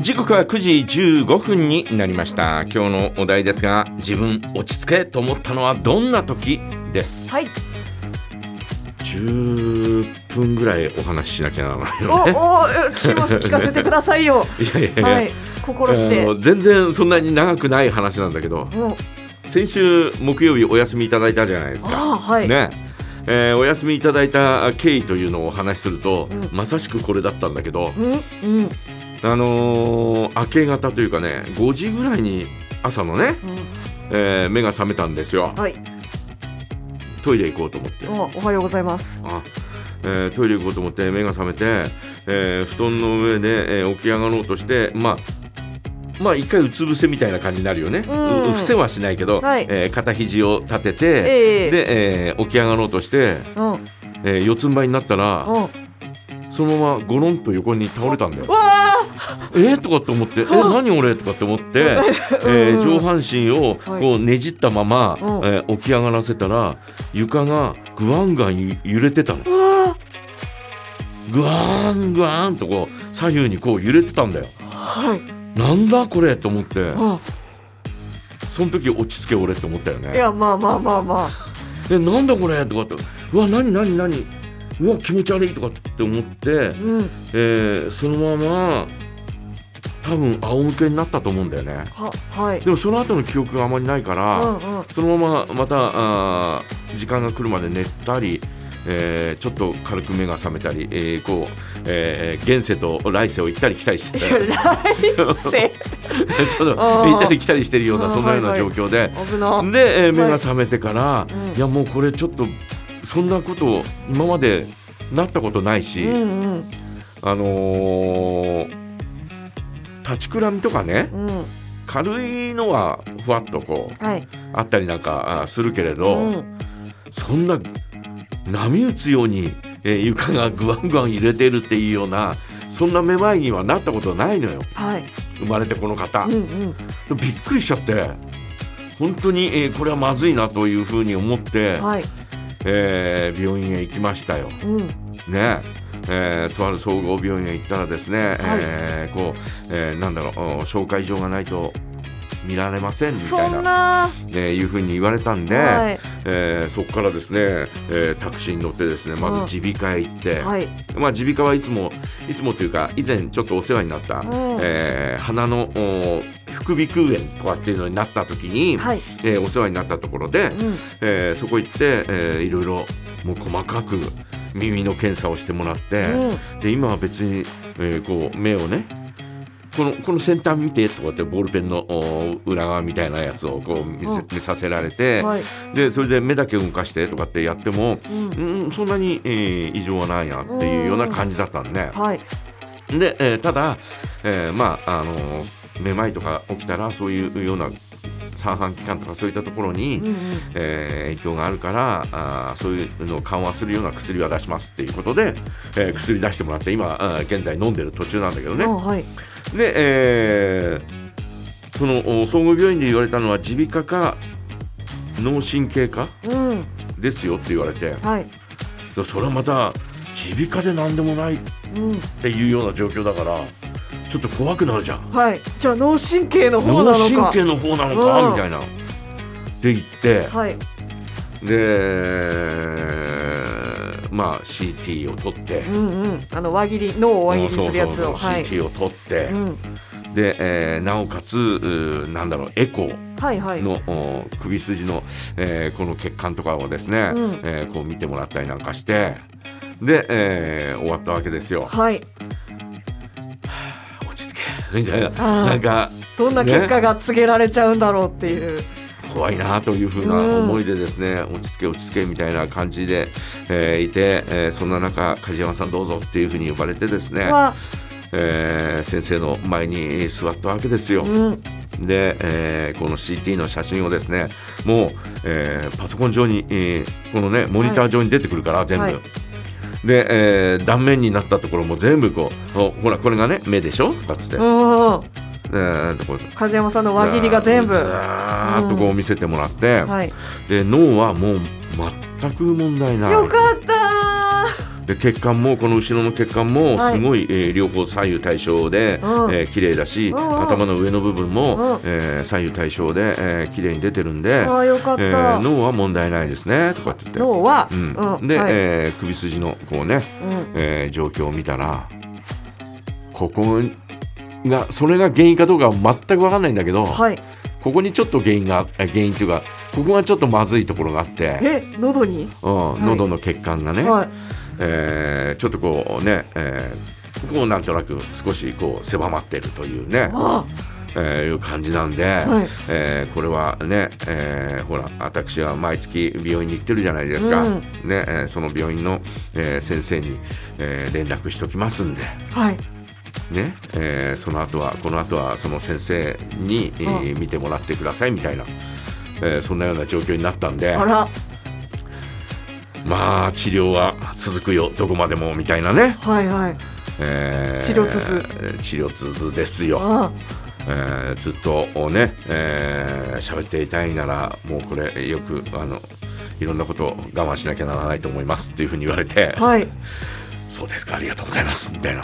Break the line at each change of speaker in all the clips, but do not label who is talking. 時刻は9時15分になりました今日のお題ですが自分落ち着けと思ったのはどんな時です
はい。
10分ぐらいお話ししなきゃならない
お
のね
おえ聞きます聞かせてくださいよ。
いやいやいや、
はい。心し
あ
て。
の全然そんなに長くない話なんだけど
もう
先週木曜日お休みいただいたじゃないですか
あーはい。
ねえーお休みいただいた経緯というのをお話しすると、
うん
まさしくこれだったんだけど、
うんうんうん。
あのー明け方というかね5時ぐらいに朝のね、えー目が覚めたんですよ
はい。
トイレ行こうと思って
おおはようございます。
あ、えートイレ行こうと思って目が覚めて、えー布団の上で、えー起き上がろうとしてまあまあ一回うつ伏せみたいな感じになるよね、う
うん
伏せはしないけど、
はい
えー肩肘を立てて、
ええ
で、えー起き上がろうとして、
うんうん。
えー四つん這いになったら
わ
そのままゴロンと横に倒れたんだよ。
あ。
えー、とかって思って「え何俺?」とかって思って、 えー上半身をこうねじったまま、
うん
えー起き上がらせたら床がグワンガンゆ揺れてたの
うわ
グワーングワーンとこう左右にこう揺れてたんだよ
あ。はい。
なんだこれと思って
うん。
その時落ち着け俺って思ったよ
い
ね
やまあまあまあま
えなんだこれとかってうわ何何何うわ気持ち悪いとかって思って
あ。、うん。
えーそのまま多分仰向けになったと思うんだよね
ははい。
でもその後の記憶があまりないから、
うんうん。
そのまままたあー時間が来るまで寝たり、えーちょっと軽く目が覚めたり、えーこう、えー現世と来世を行ったり来たりしてたよ
来世
ちょっと
あー
行ったり来たりしてるよう
あ
な
ー
そんなような
はいは
状
い
況で、
危な。
で、えー目
は
が
い
覚めてから、
うん
い、やもうこれちょっとそんなこと今までなったことないし、
うん
あのー立ちくらみとかね
うんうん。
軽いのはふわっとこう
はい。
あったりなんかあーするけれ
う
ど、
ん。
そんな波打つように、えー床がグワングワン揺れてるっていうようなそんなめまいにはなったことないのよ
はい。
生まれてこの方
うん。うん。
びっくりしちゃって本当に、えーこれはまずいなというふうに思って、
はい。
えー病院へ行きましたよ。
うん。
ねえーとある総合病院へ行ったらですね、えーこう、えーなんだろうお紹介状がないと見られませんみたい
そ
な、
んな。
えーいうふうに言われたんで、
はい。
えーそこからですね、えータクシーに乗ってですねまず耳鼻科へ行って、
はい。
まあ、耳鼻科はいつもいつもというか以前ちょっとお世話になった、
ん
えー鼻のお副鼻腔炎とかっていうのになった時に、
はい。
えーお世話になったところで、
うん。
えーそこ行って、えーいろいろもう細かく耳の検査をしてもらって、で今は別に、えーこう目をねこのこの先端見てとかってボールペンのお裏側みたいなやつをこう見せ
うん
見させられ
う
て、
ん。はい。
でそれで目だけ動かしてとかってやっても、
うん
う。ん、そんなに、えー異常はないなっていうような感じだったんで、
はい。
で、えーただ、えーまああのーめまいとか起きたらそういうような三半規管とかそういったところに、
うんうん。
えー影響があるからあーそういうのを緩和するような薬は出しますっていうことで、えー薬出してもらって今あー現在飲んでる途中なんだけどね。
あはい。
で、えーそのお総合病院で言われたのは耳鼻科か脳神経科
うん。
ですよって言われて
はい。
でそれはまた耳鼻科で何でもないっ
うん。
ていうような状況だからちょっと怖くなるじゃん
はい。じゃあ脳神経の方なの
脳
か。
神経の方なのか
うん
みたいな。って言って
はい。
でまあ CT を取って
う。んうん。あの輪切り脳を輪切りするやつ
そ
を。
うそうそう
はい。
CT を取って、
うん。
で、えーなおかつうーなんだろうエコー
はいはい。
のおー首筋の、えーこの血管とかをですね、
うん
えーこう見てもらったりなんかしてで、えー終わったわけですよ。
はい。
落ち着けみたいな
ー
なんか
どんな結果が告げられちゃうんだろうっていう。
怖いなというふうな思いでですね、落ち着け落ち着けみたいな感じで、えーいて、えーそんな中梶山さんどうぞっていうふうに呼ばれてですね、
は、
えー先生の前に座ったわけですよ。
うん。
で、えーこの CT の写真をですねもう、えーパソコン上に、えーこのねモニター上に出てくるから、全部、
はい
で、えー断面になったところも全部こうおほらこれがね目でしょとかっつって、
うん。
えーこう
風山さんの輪切りが全部。
ず
は
ーっとこう見せてもらって、
い。
で脳はもう全く問題ない
よかった
で血管もこの後ろの血管も
はい
すごい、えー両方左右対称で、
うん
えー綺麗だし、
うんうん
頭の上の部分も、
うん
えー左右対称で、えー綺麗に出てるんで、
ああよかった、
えー脳は問題ないですねとかって言って。
脳は、
うん
うん
で、
はい
えー首筋のこうね、
うん
えー状況を見たらここがそれが原因かどうかは全く分かんないんだけど、
はい
ここにちょっと原因がえ原因というかここがちょっとまずいところがあって、
え喉に、
うん
い
喉の血管がね、
はい
えーちょっとこうね、えーここをなんとなく少しこう狭まってるというね、
あ
えーいう感じなんで、
はい
えーこれはね、えーほら私は毎月病院に行ってるじゃないですか、
うん
ねえーその病院の、えー先生に、えー連絡しときますんで、
はい
ねえーその後はこの後はその先生に、えー見てもらってくださいみたいな、えーそんなような状況になったんで
あら
まあ治療は続くよどこまでもみたいなね、
はいはい
えー
治療続
治療続ですよ。
あ
えーずっとね喋、えー喋っていたいならもうこれよくあのいろんなことを我慢しなきゃならないと思いますっていうふうに言われて、
はい
そうですかありがとうございますみたいな。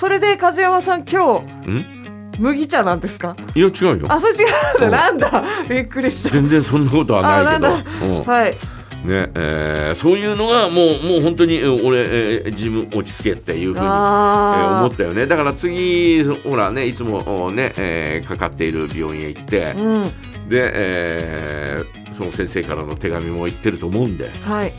それで梶山さん今
ん
日麦茶なんですか
いや違うよ
あそれ違う
そ
の
う
なんだびっくりした
全然そんなことはないけど
あなん。
うん
はい
ねえーそういうのがもうもう本当にえー俺、えー自分落ち着けっていうふうに、えー
あ
思
あ
ったよねだから次ほらねいつもおね、えーかかっている病院へ行って、
うん
で、えーその先生からの手紙も言ってると思うんで
はい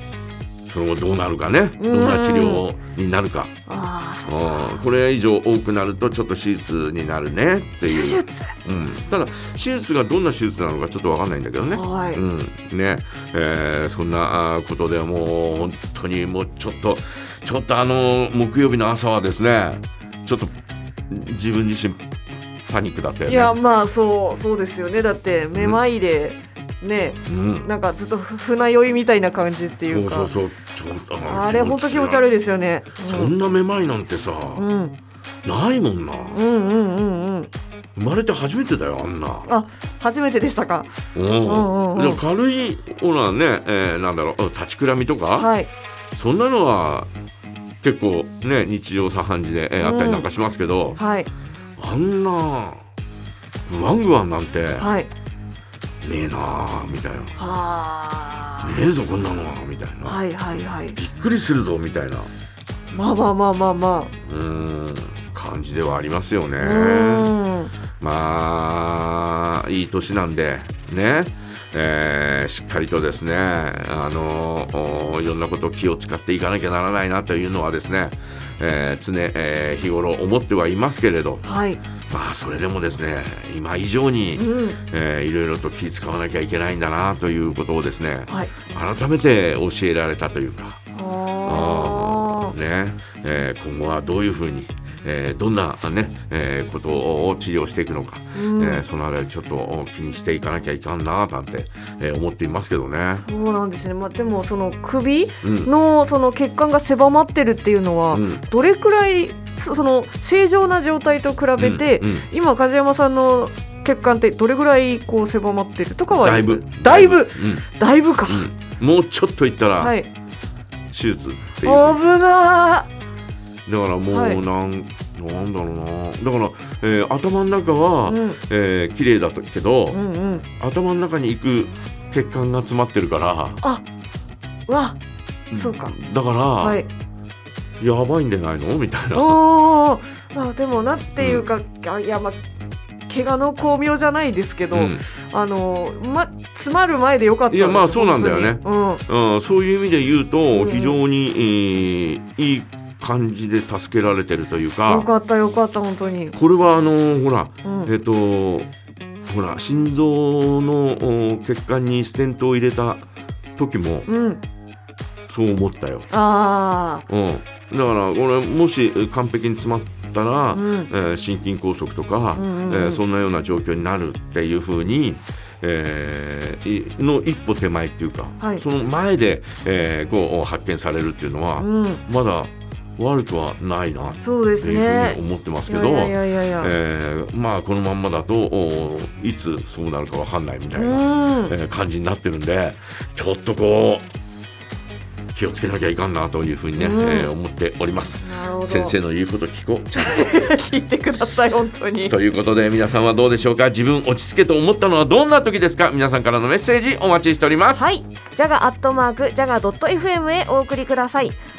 それもどうなるかね
う
ど
ん
んな治療になるか、
あ
うんこれ以上多くなるとちょっと手術になるねって
あ手
いう、
術
うん、ただ手術がどんな手術なのかちょっとわかんないんだけどね。
はい、
うんねえーそんなあーことでもう本当にもうちょっとちょっとあの木曜日の朝はですねちょっと自分自身パニックだったよね。
いやまあそうそうですよねだってめまいで、ね
うん、
なんかずっとふ船酔いみたいな感じっていうか
そうそうそうちょっとの
あれ本当気持ち悪いですよね
そんなめまいなんてさ、
うん、うん
ないもんな
うんうんうんうん
生まれて初めてだよあんな。
あ初めてでしたか
うん
うんうん
でも軽いほらね、えーなんだろう立ちくらみとか、
はい
そんなのは結構ね日常茶飯事で、えーあったりなんかしますけど。
はい
あんなグワングワンなんてね
はい
えなあみたいなね
は
えぞこんなのはみたい
あ
な
はいはいはい
びっくりするぞみたいな
まあまあまあまあま
うーん感じではありますよね
あ、うーん
まあいい年なんでねえーしっかりとですねあのおいろんなことを気を使っていかなきゃならないなというのはですね、えー常、えー日頃思ってはいますけれど
はい
まあそれでもですね今以上に、
うん
えーいろいろと気使わなきゃいけないんだなということをですね
はい
改めて教えられたというか、あ
あ
ーねえー今後はどういうふうに、えーどんな、ねえーことを治療していくのか、
あうん
えーそのあたりちょっと気にしていかなきゃいかんななんて、えー思っていますけどね。
そうなんですね、まあ、でもその首
うん
のその血管が狭まってるっていうのは、
うん
どれくらいそその正常な状態と比べて、
うんうん
今梶山さんの血管ってどれぐらいこう狭まってるとかは
だいぶ
だいぶ
うん
だいぶか、
うんもうちょっといったら、
はい
手術って
危
いうだ
な
からもうな
はい
ん,、なんだろうなだから、えー頭の中は、
ー
えー綺麗だったけど、
うんうんうん
頭の中に行く血管が詰まってるから
うわそうか
だから、
はい
やばいんじゃないのみたいな
おーまあでもなっていうか、あいやまあ怪我の巧妙じゃないですけど、
うん
あのま詰まる前でよかった
いや
です
まあそうなんだよね
本
うん、そういう意味で言うと、
うん
非常に、えーいい感じで助けられてるという
当に、うん、よ
か
かったよかった本当に、
これはあのーほら
うん
えっ、とほら心臓のお血管にステントを入れた時も
うん、
そう思ったよ、
あ
うん、だからこれもしえー完璧に詰まったら、
あうん
えー心筋梗塞とか、
うんうんうん
えーそんなような状況になるっていうふうに、えーいの一歩手前っていうか、
はい
その前で、えーこう発見されるっていうのは、
うん
まだ悪くはないなっ
そうで
て
す
いうふう
ね
に思ってます
い
け
や
ど。
いやいやいやいや
えーまあこのまんまだとおいつそうなるかわかんないみたいな、
うん
えー感じになってるんでちょっとこう気をつけなきゃいかんなというふうにね、
うん
えー思っております
なるほど
先生の言うこと聞こう ちゃんと
聞いてください本当に
ということで皆さんはどうでしょうか自分落ち着けと思ったのはどんな時ですか皆さんからのメッセージお待ちしております、
はい、ジャガアットマークジャガドット FM へお送りください。